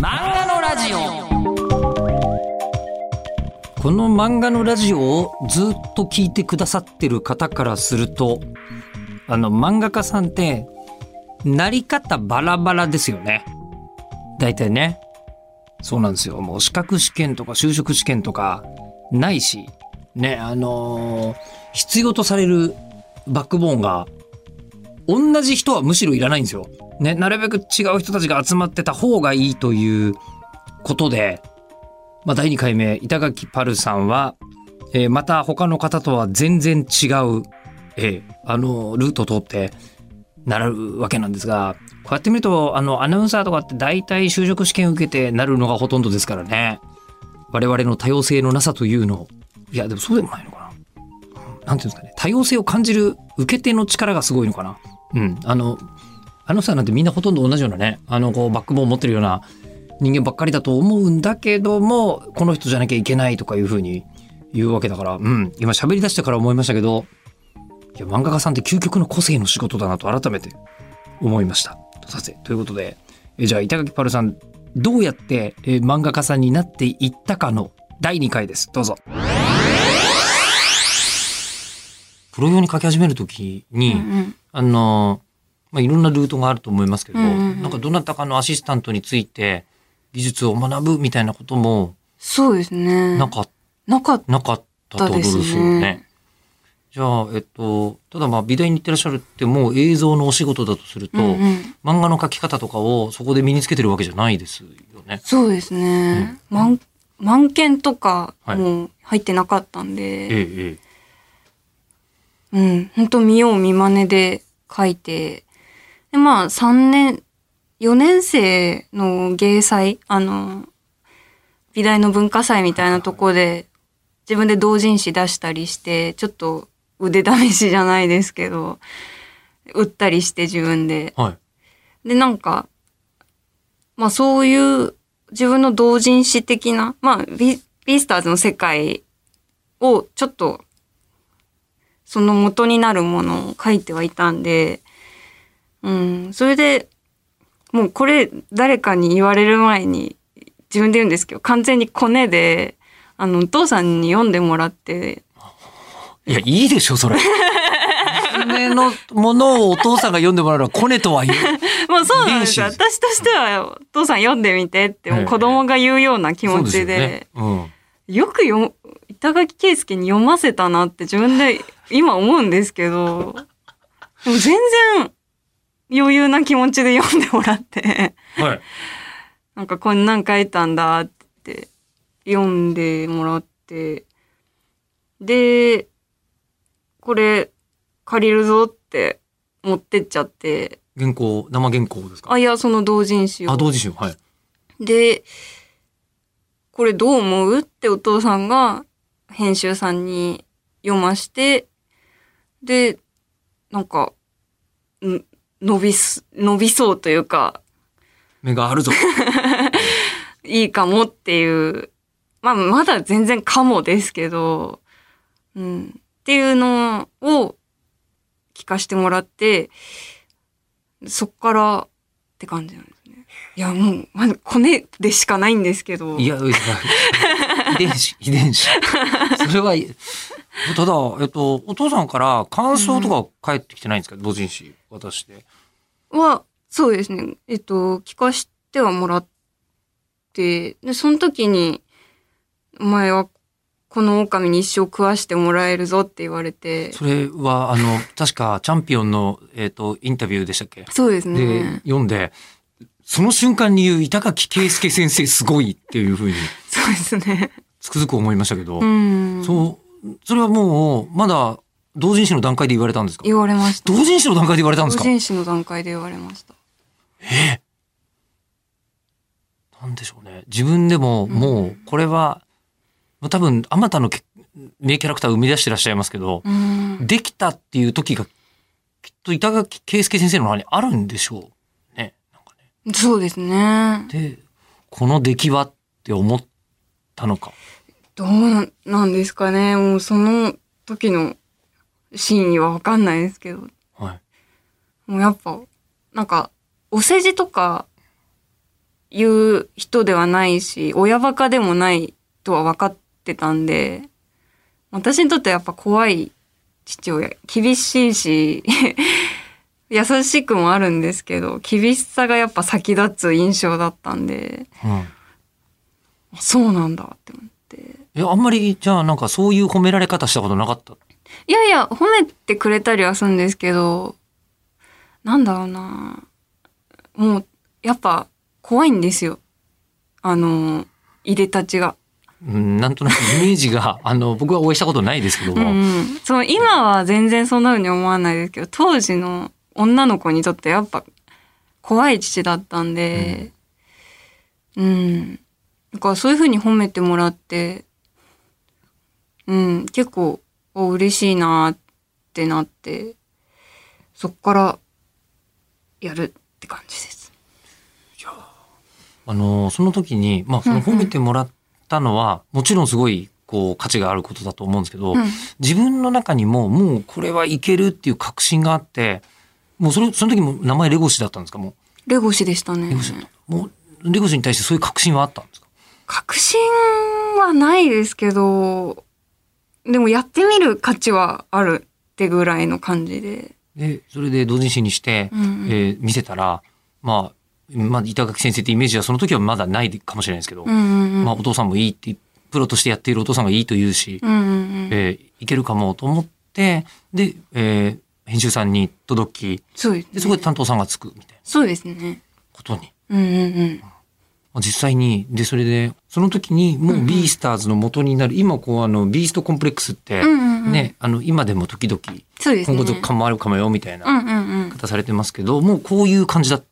漫画のラジオこの漫画のラジオをずっと聞いてくださってる方からするとあの漫画家さんってなり方バラバラですよね大体ねそうなんですよもう資格試験とか就職試験とかないしねあのー必要とされるバックボーンが同じ人はむしろいらないんですよ。ね、なるべく違う人たちが集まってた方がいいということで、まあ、第2回目、板垣パルさんは、えーまた他の方とは全然違う、えーあの、ルートを通って、なるわけなんですが、こうやって見ると、あの、アナウンサーとかって大体就職試験受けてなるのがほとんどですからね。我々の多様性のなさというのを、いや、でもそうでもないのかな。なんていうんですかね、多様性を感じる受け手の力がすごいのかな。うん、あの、あのさなんてみんなほとんど同じようなね、あの、こう、バックボーン持ってるような人間ばっかりだと思うんだけども、この人じゃなきゃいけないとかいうふうに言うわけだから、うん、今喋り出してから思いましたけど、いや、漫画家さんって究極の個性の仕事だなと改めて思いました。さて、ということで、えじゃあ、板垣パルさん、どうやって、え漫画家さんになっていったかの第2回です。どうぞ。プロ用に書き始めるときに、うんあの、まあ、いろんなルートがあると思いますけど、うんうんうんなんかどなたかのアシスタントについて技術を学ぶみたいなこともそうですね。なか,、なかっなかったってことですよね。じゃあ、えっと、ただまあ美大に行ってらっしゃるってもう映像のお仕事だとすると、うんうん漫画の描き方とかをそこで身につけてるわけじゃないですよね。そうですね。満、満件とかも入ってなかったんえで、ええうん、本当見よう見真似で書いて、で、まあ3年、4年生の芸祭、あの、美大の文化祭みたいなとこで、自分で同人誌出したりして、ちょっと腕試しじゃないですけど、打ったりして自分で。え。はい。で、なんか、まあそういう自分の同人誌的な、まあビビースターズの世界をちょっとその元になるものを書いてはいたんで、うん、それでもうこれ誰かに言われる前に自分で言うんですけど、完全にコネで、あの、お父さんに読んでもらって、いや、いいでしょ、それ。娘のものをお父さんが読んでもらうのはコネとは言う。まあそうなんですよ。遺伝子で私としては、お父さん読んでみてって、もう子供が言うような 気持ちで、そうすよね。うん。よくよ板垣圭介に読ませたなって自分で今思うんですけど、でも全然余裕な気持ちで読んでもらって、はい。なんかこんなん書いたんだって読んでもらって、で、これ借りるぞって持ってっちゃって、原稿、生原稿ですかあ、いや、その同人誌をあ、。同時集、はい。で、これどう思うってお父さんが編集さんに読まして、で、なんか、ん伸びす、伸びそうというか、目があ るぞ。いいかもっていう、まあ、まだ全然かもですけど、うん、っていうのを聞かせてもらって、そっからって感じなんですね。いや、もう、まあ、コネでしかないんですけど。いや、いや遺伝子、遺伝子。それは、ただ、えっと、お父さんから感想とか返ってきてないんですか、同人誌渡して。は、そうですね。えっと、聞かしてはもらって、で、その時に、お前はこの狼に一生食わしてもらえるぞって言われて、それは、あの、確か、チャンピオンの、えっと、インタビューでしたっけそうですでね、。読んで、その瞬間に言う、板垣圭介先生すごいっていうふうに、そうですね。つくづく思いましたけどう、ん。そう、それはもう、まだ、同人誌の段階で言われたんですか言われました。同人誌の段階で言われたん同ですか人誌の段階で言われました。なんでしょうね。自分でももうこれは、もう多分あまたのけ名キャラクターを生み出してらっしゃいますけど、うん。できたっていう時がきっと板垣圭介先生の中にあるんでしょうね。なんかそうですね。ねで、この出来はって思ったのか。どうななんですかね。もうその時の真意はわかんないですけど、はい。もうやっぱ、なんか、お世辞とかいう人ではないし、親バカでもないとは分かってたんで、私にとってはやっぱ怖い父親、厳しいし、 優しくもあるんですけど、厳しさがやっぱ先立つ印象だったんで、うんそうなんだって思って。えあんまりじゃあなんかそういう褒められ方したことなかったいやいや、褒めてくれたりはするんですけど、なんだろうなもう、やっぱ、怖いんですよ。あの、入れたちが。うん、なんとなくイメージが あの僕はお会いしたことないですけどうんも、うん、その今は全然そんな風に思わないですけど、当時の女の子にとってやっぱ、怖い父だったんで、うん。だからそういう風に褒めてもらって、うん、結構、お、嬉しいなってなって、そっから、やるって感じです。あのその時に、まあ、その褒めてもらったのは、もちろんすごいこう価値があることだと思うんですけど、うん。自分の中にももうこれはいけるっていう確信があってもうそれその時も名前レゴシだったんですかもレゴシでしたねうレゴ。シだったもうレゴシに対してそういう確信はあったんですか確信はないですけど、でもやってみる価値はあるってぐらいの感じで。でそれで同人誌にして、うんうんえー見せたら、まあ、まあ板垣先生ってイメージはその時はまだないかもしれないですけど、うんうんうん。まあ、お父さんもいいってプロとしてやっているお父さんがいいと言うし、うんうんうん。えーいけるかもと思ってで、えー編集さんに届きそうです、ね。でそこで担当さんがつくみたいなそうですね。ことに。うんうんうん。まあ実際にでそれでその時にもうビースターズの元になる、今こうあのビーストコンプレックスって、うんうんうんねあの今でも時々そうです今ね。後続感もあるかもよみたいなうんうんうん。方されてますけど、もうこういう感じだっ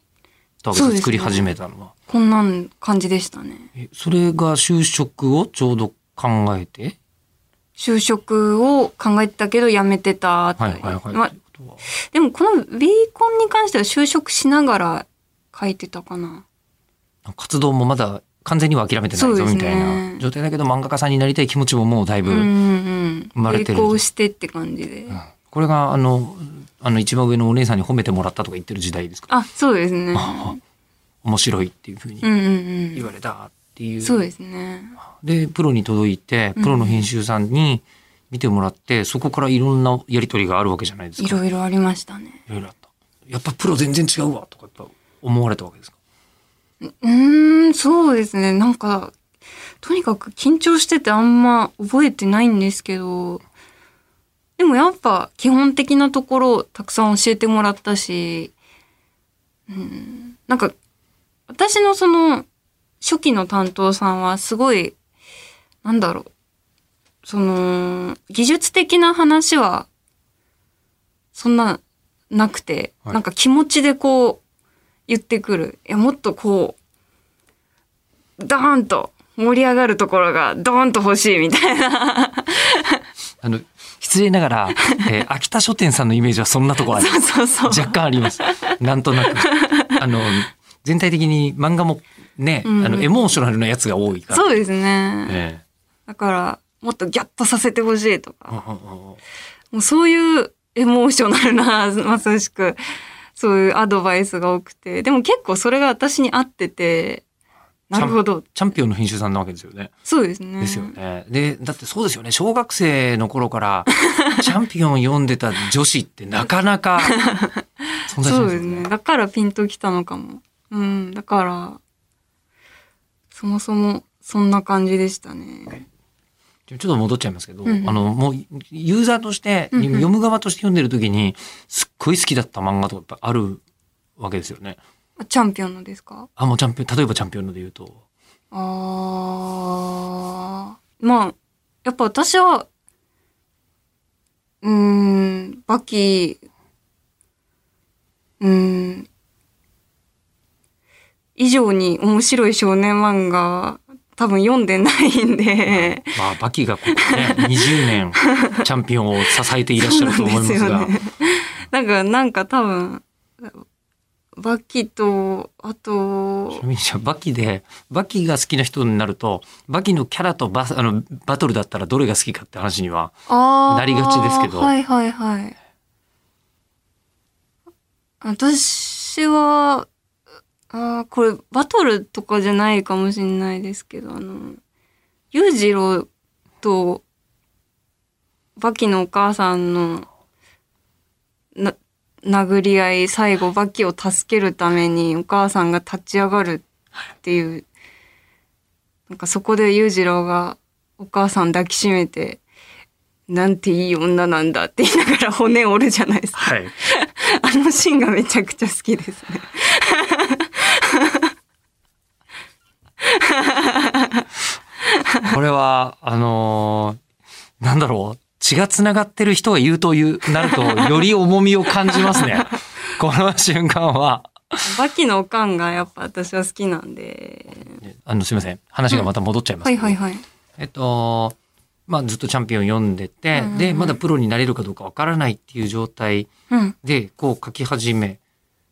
たわけですそうですね作り始めたのは。こんなん感じでしたね。えそれが就職をちょうど考えて、就職を考えてたけど辞めてたってはいはいはい。まあということはでもこのビーコンに関しては就職しながら書いてたかな。活動もまだ完全には諦めてないそぞうですみねたいな状態だけど漫画家さんになりたい気持ちももうだいぶ、うんうん生まうん。れてる並行してって感じで。これがあのあの一番上のお姉さんに褒めてもらったとか言ってる時代ですかあ、そうですね。あ面白いっていうふうにうんう言んわれたっていうう、ん。そうですね。でプロに届いてプロの編集さんに見てもらって、そこからいろんなやり取りがあるわけじゃないですかいろいろありましたね。いろいろあったやっぱプロ全然違うわとかやっぱ思われたわけですかうーん、そうですね。なんか、とにかく緊張しててあんま覚えてないんですけど、でもやっぱ基本的なところをたくさん教えてもらったし、うん、なんか、私のその、初期の担当さんはすごい、なんだろう、その、技術的な話は、そんな、なくて、はいなんか気持ちでこう、言ってくる。いや、もっとこう、ドーンと盛り上がるところがドーンと欲しい みたいな。あの失礼なが ら、えー秋田書店さんのイメージはそんなとこありますそうそうそう。若干あり ますなんとなくあの全体的に漫画もね、うんあのエモーショナルなやつが多いからそうですね。えだから、もっとギャッとさせてほしいとえか。うんうんうんもうそういうエモーショナルな、 まさしく、そういうアドバイスが多くて。でも結構それが私に合ってて、なるほど。チャンピオンの編集さんなわけですよねそうですね。ですよね。で、だってそうですよね。小学生の頃から、 チャンピオン読んでた女子ってなかなか存在しないそうですでよすね。ね。だからピンときたのかも。うん。だから、そもそもそんな感じでしたね。ちょっと戻っちゃいますけど、うんうんあの、もう、ユーザーとして、うんうん読む側として読んでる時に、すっごい好きだった漫画とかやっぱあるわけですよね。チャンピオンのですかあ、もうチャンピオン、例えばチャンピオンので言うと。あー。まあ、やっぱ私は、うーん、バキ、うーん、以上に面白い少年漫画、多分読んでないんで、まあ、バキがここね、20年、チャンピオンを支えていらっしゃると思いますそうが、なんですよね。なんか、なんか多分、バキと、あちとな、みにじゃあバキで、バキが好きな人になると、バキのキャラとバあのバトルだったらどれが好きかって話には、あーなりがちですけどはいはいはい。私は、ああ、これ、バトルとかじゃないかもしれないですけど、あの、裕次郎と、バキのお母さんの、な、殴り合い、最後、バキを助けるために、お母さんが立ち上がるっていう、なんかそこで裕次郎が、お母さん抱きしめて、なんていい女なんだって言いながら骨折るじゃないですか。はい。あのシーンがめちゃくちゃ好きですね。これは、あのーなんだろう。血が繋がってる人が言うという、なると、より重みを感じます ね。この瞬間は。 バキのおかんがやっぱ私は好きなんで。あの、すいません。話がまた戻っちゃいますけはいど。はいはい。えっと、まあ、ずっとチャンピオン読んでて、うんうんうんで、まだプロになれるかどうかわからないっていう状態うん。で、こう書き始め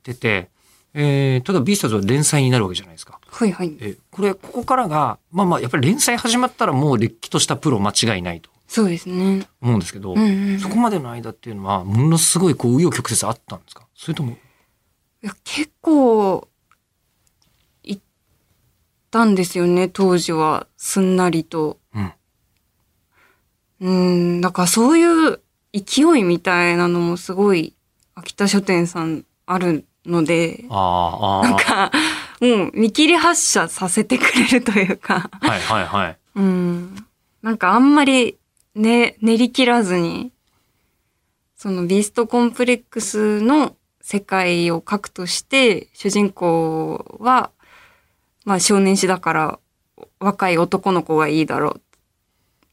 てて、えー、ただビースターズは連載になるわけじゃないですか。はいはい。えーこれ、ここからが、まあまあ、やっぱり連載始まったらもうれっきとしたプロ間違いないとそうですね。思うんですけど、うんうん。いそこまでの間っていうのは、ものすごいこう、紆余曲折あったんですかそれとも、や結構、行ったんですよね、当時は。すんなりと。うん。うん、だからそういう勢いみたいなのもすごい、秋田書店さんあるので、あーあー、かもう見切り発車させてくれるというか。はいはいはい。うん。なんかあんまりね、練り切らずに、そのビーストコンプレックスの世界を核として、主人公は、まあ少年誌だから若い男の子がいいだろう。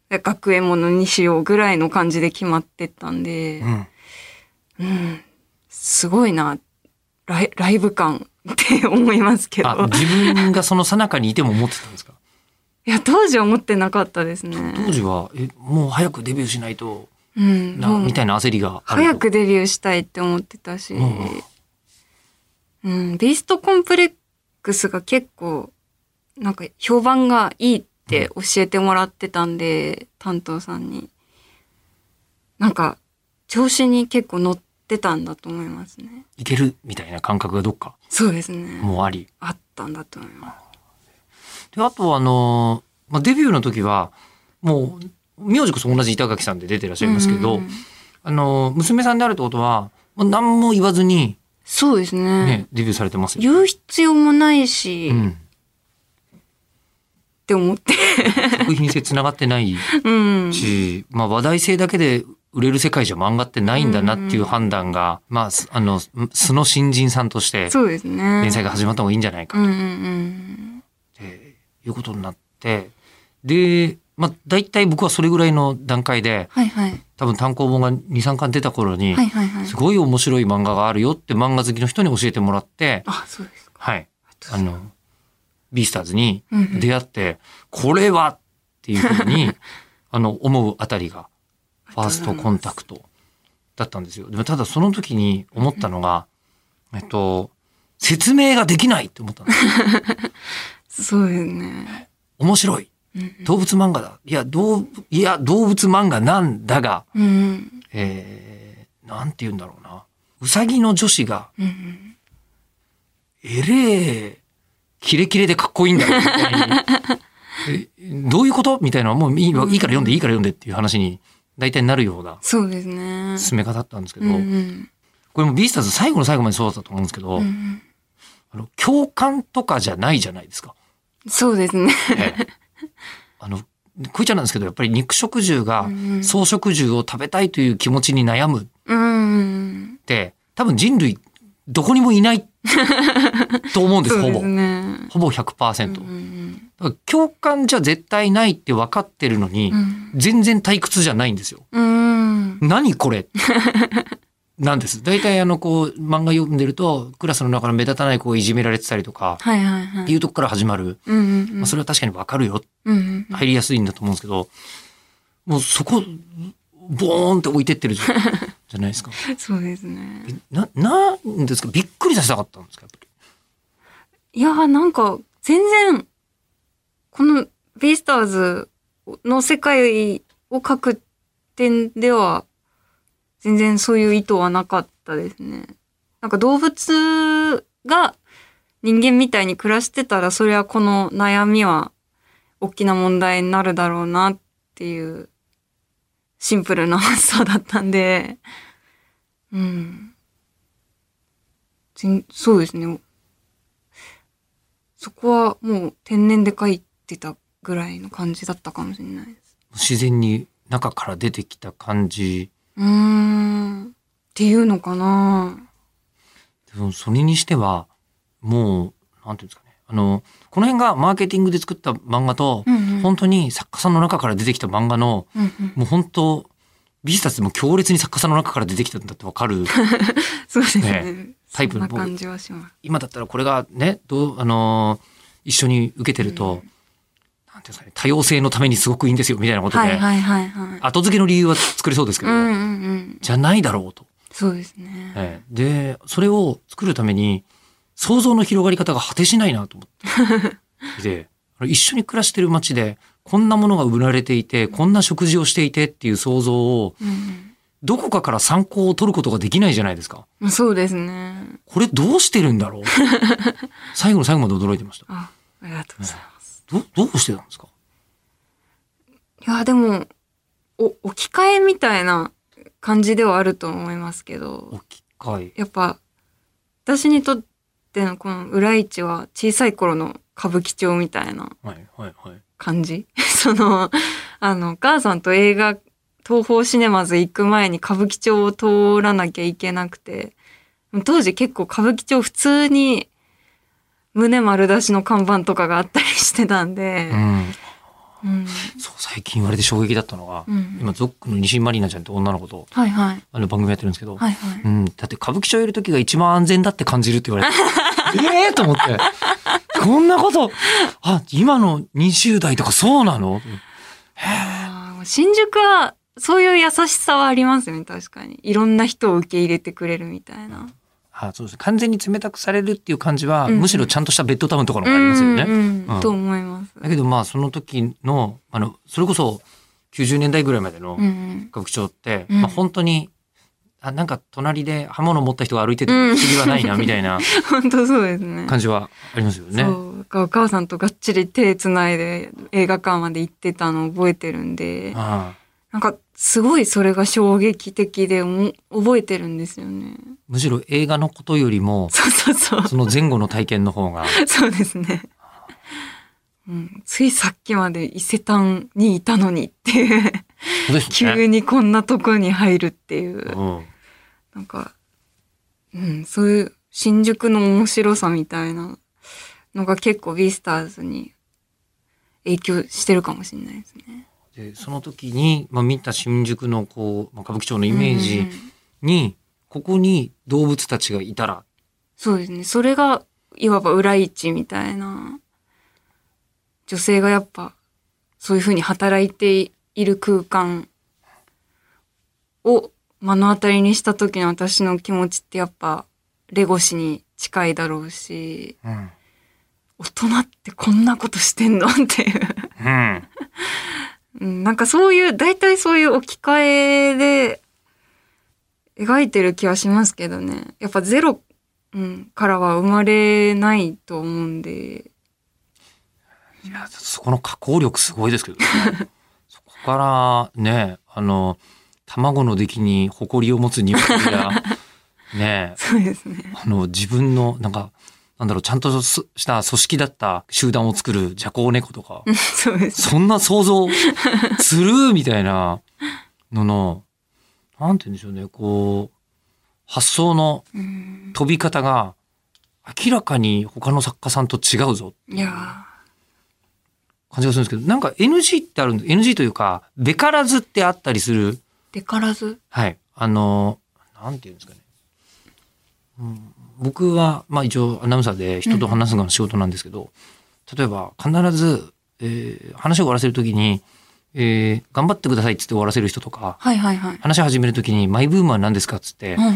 で学園ものにしようぐらいの感じで決まってったんでう、ん。うん。すごいな。ライライブ感って思いますけあど、。自分がその最中にいても思ってたんですかいや、当時は思ってなかったですね。当時は、え、もう早くデビューしないと、うん。なもうみたいな焦りがあると。早くデビューしたいって思ってたし、うんうん、ビーストコンプレックスが結構、なんか評判がいいって教えてもらってたんで、担当さんに。なんか、調子に結構乗ってたんだと思いますね。いけるみたいな感覚がどっかそうですね。もうあり。あったんだと思います。で、あとはあのーまあ、デビューの時は、もう、名字こそ同じ板垣さんで出てらっしゃいますけど、うんうんうんあのー娘さんであるってことは、まあ、何も言わずに、そうですねね、デビューされてますよ。言う必要もないし、うっん。て思って。作品性繋がってないうん。 し、まあ、話題性だけで売れる世界じゃ漫画ってないんだなっていう判断が、まあ、すあの、素の新人さんとして、そうですね。連載が始まった方がいいんじゃないかうんうんうん。っていうことになってでまあ大体僕はそれぐらいの段階ではいはい。多分単行本が23巻出た頃に、はいはいはいす。ごい面白い漫画があるよって漫画好きの人に教えてもらってあ、そうですか。はいあのビースターズにうんうん出会って、これはっていうふう にあの思うあたりがファーストコンタクトだったんですよ。でもただその時に思ったのが、えっと説明ができないって思ったんですそうですね。面白いうん。動物漫画だ。いや、動物、いや、動物漫画なんだが、うんうん。えー、なんて言うんだろうな。うさぎの女子が、うんうん。えれえ、キレキレでかっこいいんだよ、みたいにえどういうことみたいな、もういいわいいから読んで、いいから読んでっていう話に、大体なるようなそうですね。進め方だったんですけうど、んうん。これもビースターズ最後の最後までそうだったと思うんですけど、うんうんあの共感とかじゃないじゃないですか。そうですね。え えあの、こいちゃなんですけど、やっぱり肉食獣がうんうん草食獣を食べたいという気持ちに悩むっうんうん。て、多分人類どこにもい ないと思うんです、そほうぼです。ね。ほぼ100%。うんうんだから共感じゃ絶対ないって分かってるのにう、ん。全然退屈じゃないんですよ。うんうん。何こ れなんです。大体あの、こう、漫画読んでると、クラスの中の目立たない子がいじめられてたりとか、はいはいはっていい。うとこから始まる。うんうんうまんあ、それは確かに分かるようんうんうん。入りやすいんだと思うんですけど、もうそこ、ボーンって置いてってるじゃじゃないですか。そうですね。えな、なんですかびっくりさせたかったんですかやっぱり。いやーなんか全然このビースターズの世界を描く点では全然そういう意図はなかったですね。なんか動物が人間みたいに暮らしてたら、それはこの悩みは大きな問題になるだろうなっていう、シンプルな発想だったんで、うん。じんそうですね。そこはもう天然で書いてたぐらいの感じだったかもしれないです。自然に中から出てきた感じうーん。っていうのかなでもそれにしてはもうなんていうんですかねあのこの辺がマーケティングで作った漫画と、うんうん本当に作家さんの中から出てきた漫画のうんうんもう本当ビスタスでも強烈に作家さんの中から出てきたんだってわか るそうですね。ねタイプそんな感じはします。今だったらこれがねどうあのー一緒に受けてると、なんていうんですかね多様性のためにすごくいいんですよみたいなことで、はいはいはいはい。後付けの理由は作れそうですけうど、んうんうん。じゃないだろうと。そうですね。ええでそれを作るために想像の広がり方が果てしないなと思って であの一緒に暮らしてる街でこんなものが売られていてこんな食事をしていてっていう想像をうんどこかから参考を取ることができないじゃないですかうん、そうですね。これどうしてるんだ ろう最後の最後まで驚いてましたあ、ありがとうございます。どどうしてたんですかいや、でも、お、置き換えみたいな感じではあると思いますけど、置き換えやっぱ、私にとってのこの裏市は小さい頃の歌舞伎町みたいなはいはいはい感じ その、あの、お母さんと映画、東宝シネマズ行く前に歌舞伎町を通らなきゃいけなくて、当時結構歌舞伎町普通に胸丸出しの看板とかがあったりしてたんでう、んうん。そう最近言われて衝撃だったのが、うん今ゾックの西井まりなちゃんって女の子とはいはい。あの番組やってるんですけど、はいはい。うん、だって歌舞伎町いる時が一番安全だって感じるって言わ れて。ええと思って。こんなこと、あ、今の20代とかそうなのあー新宿はそういう優しさはありますよね、確かに。いろんな人を受け入れてくれるみたいな。あそうです。完全に冷たくされるっていう感じは、うんむしろちゃんとしたベッドタウンとかの方がありますよね。うんうんうんうんと思います。だけどまあその時の、あの、それこそ90年代ぐらいまでのうんうん。歌舞伎町って、うんまあ本当に、あ、なんか隣で刃物持った人が歩いててうもん不思議はないなみたいな本当そうですね。感じはありますよね。 そうだからお母さんとがっちり手つないで映画館まで行ってたのを覚えてるんでああなんかすごいそれが衝撃的でおも覚えてるんですよねむしろ映画のことよりも、そうそうそうその前後の体験の方が。そうですね、うん、ついさっきまで伊勢丹にいたのにっていうそうですね急にこんなとこに入るっていううん、なんか、うん、そういう新宿の面白さみたいなのが結構ビースターズに影響してるかもしれないですねでその時に、まあ、見た新宿のこう、まあ、歌舞伎町のイメーうジんうんに、ここに動物たちがいたらそうですねそれがいわば裏市みたいな女性がやっぱそういうふうに働いている空間を目の当たりにした時の私の気持ちってやっぱレゴシに近いだろうしうん、大人ってこんなことしてんのっていううん、うんなんかそういう、大体そういう置き換えで描いてる気はしますけどね。やっぱゼロ、うん、からは生まれないと思うんで。いやそこの加工力すごいですけど、ね、そこからねあの卵の出来に誇りを持つ鶏がねそうですね。あの自分のなんかなんだろうちゃんとすした組織だった集団を作るジャコウ猫とかそうです。そんな想像するみたいなのの、なんて言うんでしょうね、こう、発想のうん、飛び方が明らかに他の作家さんと違うぞいや感じがするんですけど、なんか NG ってあるんで、NG というか、べからずってあったりする、ー、でからず。はい、あの、なんて言うんですかね。うん僕は、まあ一応アナウンサーで人と話すのが仕事なんですけど、例えば必ず、えー話を終わらせるときに、えー頑張ってくださいって言って終わらせる人とか、はいはいはい。話を始めるときにマイブームは何ですかっつってうんうんうん。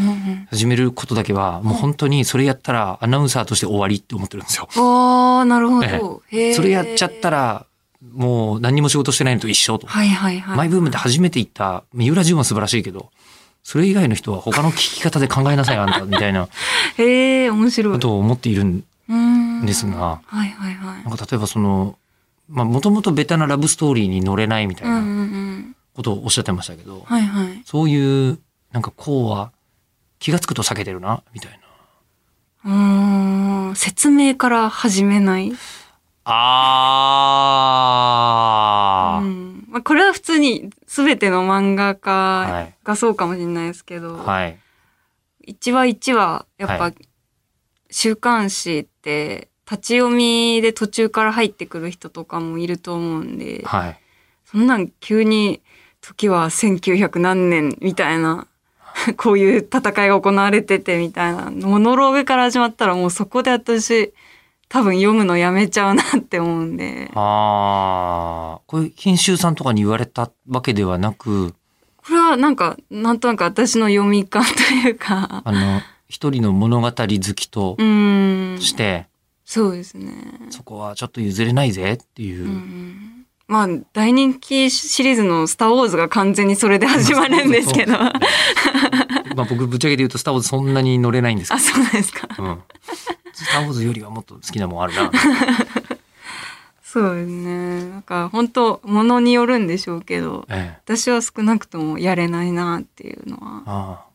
始めることだけは、もう本当にそれやったらアナウンサーとして終わりって思ってるんですよ。あー、なるほど。へえ。それやっちゃったら。ら、もう何にも仕事してないのと一緒と。はいはいはい。マイブームで初めて行った、三浦淳は素晴らしいけど、そ れ以外の人は他の聞き方で考えなさい、あんた、みたいなへえ、面白い。ことを思っているんうんですが、はいはいはいなんか例えばその、まあもともとベタなラブストーリーに乗れないみたいうんなうんうんことをおっしゃってましたけど、はいはいそういう、なんかこうは気がつくと避けてるな、みたいな。うーん説明から始めない、あうー、んまあ、これは普通に全ての漫画は家いがそうかもしれないですけど、はい。一話一話やっはぱ週刊誌って立ち読みで途中から入ってくる人とかもいると思うんで、はい。そんなん急に時は1900何年みたいな こういう戦いが行われててみたいなモノローグから始まったらもうそこで私多分読むのやめちゃうなって思うんであー、これ編集さんとかに言われたわけではなく、これはなんかなんとなく私の読み感というかあの、一人の物語好きとうーんして、そうですね。そこはちょっと譲れないぜっていう。うんまあ大人気シリーズの「スター・ウォーズ」が完全にそれで始まるんですけどそう あまあ僕ぶっちゃけて言うと「スター・ウォーズ」そんなに乗れないんですけそうなんですかど、うん、スター・ウォーズよりはもっと好きなもんあるな。そうですねなんか本当ものによるんでしょうけどええ、私は少なくともやれないなっていうのはあ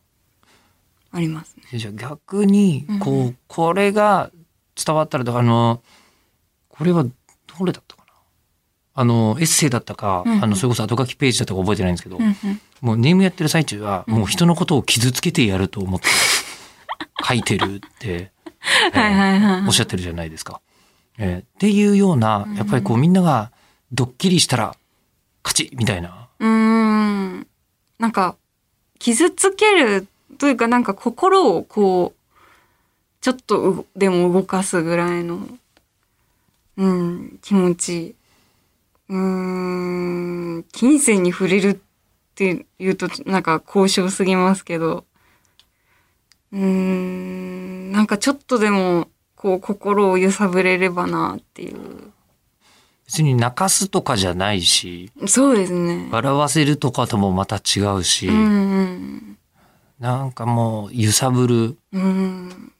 ありますね。あじゃあ逆にこう、うこれが伝わったらだからあのこれはどれだったかなあのエッセイだったか、うんあのそれこそ後書きページだったか覚えてないんですけど、うんうんもうネームやってる最中はもう人のことを傷つけてやると思って書いてるって、ええ はいはいはいおっしゃってるじゃないですか。えーっていうようなうんやっぱりこうみんながドッキリしたら勝ちみたいな。うーんなんか傷つけるというかなんか心をこうちょっとうでも動かすぐらいの、うん、気持ちうーん金銭に触れるっていうとなんか高尚すぎますけどうーんなんかちょっとでもこう心を揺さぶれればなっていう別に泣かすとかじゃないしそうですね。笑わせるとかともまた違うし、うんうんなんかもう揺さぶるうーん。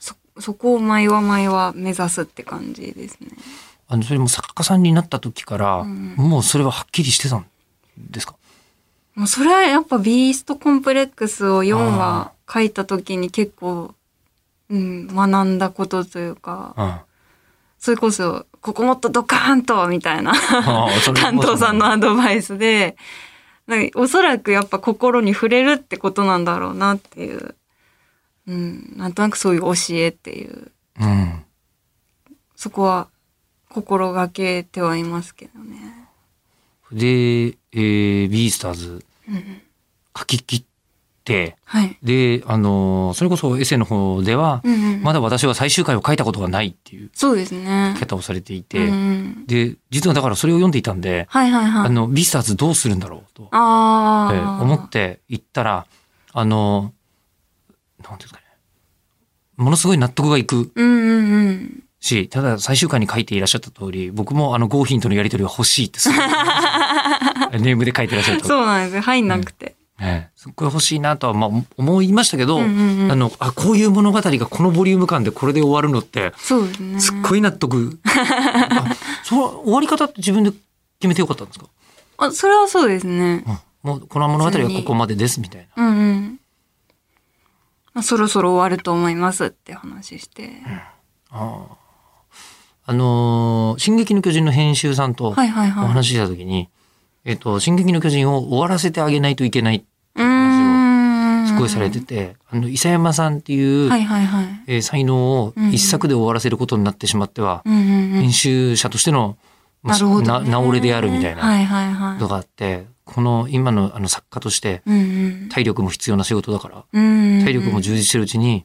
そ、そこを毎は毎は目指すって感じですね。あのそれも作家さんになった時から、んもうそれははっきりしてたんですかもうそれはやっぱビーストコンプレックスを4あ話書いた時に結構、うん、学んだことというか、うん、あそれこそ、ここもっとドカーンとみたいなあそれも担当さんのアドバイスで、なんかおそらくやっぱ心に触れるってことなんだろうなっていう、うん、なんとなくそういう教えっていううん、そこは心がけてはいますけどね。で、えービースターズうん、書き切ってはい。であのそれこそエッセイの方では、うんうんまだ私は最終回を書いたことがないっていうそうですね書き。方をされていて、うんうん、で実はだからそれを読んでいたんで、はいはいはい。あのビスターズどうするんだろうと、あえーー思って行ったらあのなんていうんですかねものすごい納得がいくうんうんうん。しただ最終回に書いていらっしゃった通り僕もあのゴーヒンとのやり取りは欲しいってすごい思いました ネームで書いてらっしゃると、そうなんですよ。入んなくて。えーすっごい欲しいなとはまあ思いましたけど、うんうんうんあのあこういう物語がこのボリューム感でこれで終わるのってそうですね。すっごい納 得。あそう終わり方って自分で決めてよかったんですか、あ、それはそうですね。うん、もうこの物語はここまでですみたいな。うんうん。まあ、そろそろ終わると思いますって話して。あーあのー進撃の巨人」の編集さんとおはいはいはい。話しした時に「えっと進撃の巨人」を終わらせてあげないといけないってういう話ーん。をすごいされてて、あの伊佐山さんっていう、はいはいはい。えー才能を一作で終わらせることになってしまっては、うんうんうん編。集者としての、まなあるほど、ね。な直れであるみたいなはいはいはいこと。があってこの今のあの作家としてうん体力も必要な仕事だからうん、体力も分充実してるうちに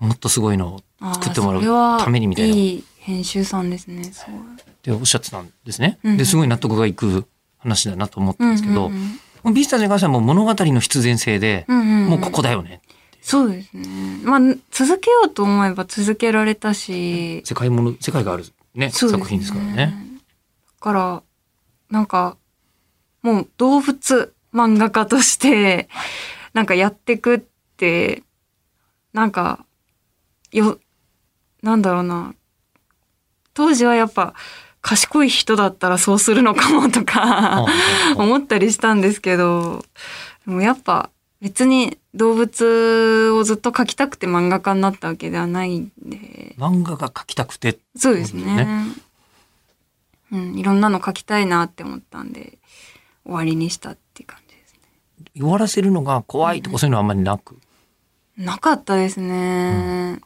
もっとすごいのを作ってもらうためにみたいなっいい編集さんですね。すごいておっしゃってたんですね。うんうんですごい納得がいく話だなと思ったんですけど、うんうんビースターズに関してはもう物語の必然性で、うんうんうんもうここだよねそうですね。まあ続けようと思えば続けられたし、世界もの世界がある、ね、そう作品ですからね。。だからなんかもう動物漫画家としてなんかやってくってなんかよなんだろうな。当時はやっぱ、賢い人だったらそうするのかもとか、思ったりしたんですけど、でもやっぱ別に動物をずっと描きたくて漫画家になったわけではないんで、漫画が描きたくて。そうですそうですね。うん、いろんなの描きたいなって思ったんで、終わりにしたっていう感じです終わらせるのが怖いとかそういうのはあんまりなく。ね。なかったですね。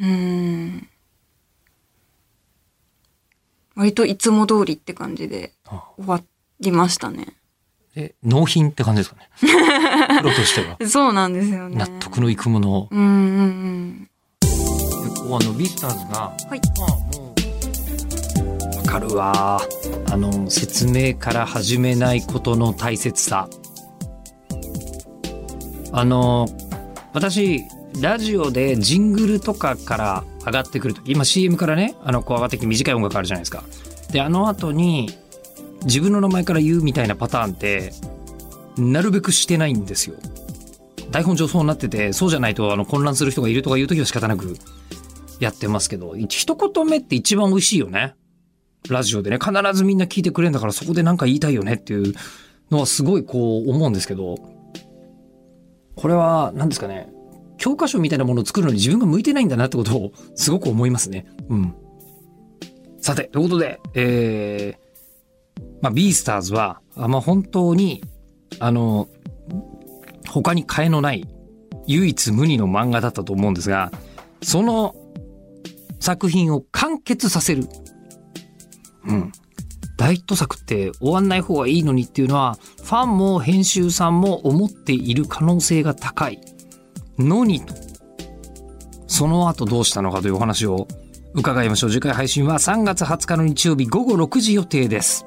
うん。割といつも通りって感じでああ終わりましたね。で、納品って感じです かね。プロとしては。そうなんですよね。納得のいくものを。うんうんうん。結構あの、ビースターズが、はい。まあもう、わかるわ。あの、説明から始めないことの大切さ。あの、私、ラジオでジングルとかから上がってくると今 CM からね、あの、こう上がってきて短い音楽あるじゃないですか。で、あの後に、自分の名前から言うみたいなパターンって、なるべくしてないんですよ。台本上そうなってて、そうじゃないとあの混乱する人がいるとかいう時は仕方なくやってますけど、一一言目って一番美味しいよね。ラジオでね、必ずみんな聞いてくれるんだからそこで何か言いたいよねっていうのはすごいこう思うんですけど、これは何ですかね、教科書みたいなものを作るのに自分が向いてないんだなってことをすごく思いますね。うん。さて、ということで、えー、まあ、ビースターズは、あまあ、本当に、あの、他に替えのない唯一無二の漫画だったと思うんですが、その作品を完結させる。うん。大ヒット作って終わんない方がいいのにっていうのは、ファンも編集さんも思っている可能性が高い。のにと。その後どうしたのかというお話を伺いましょう。次回配信は3月20日の日曜日午後6時予定です。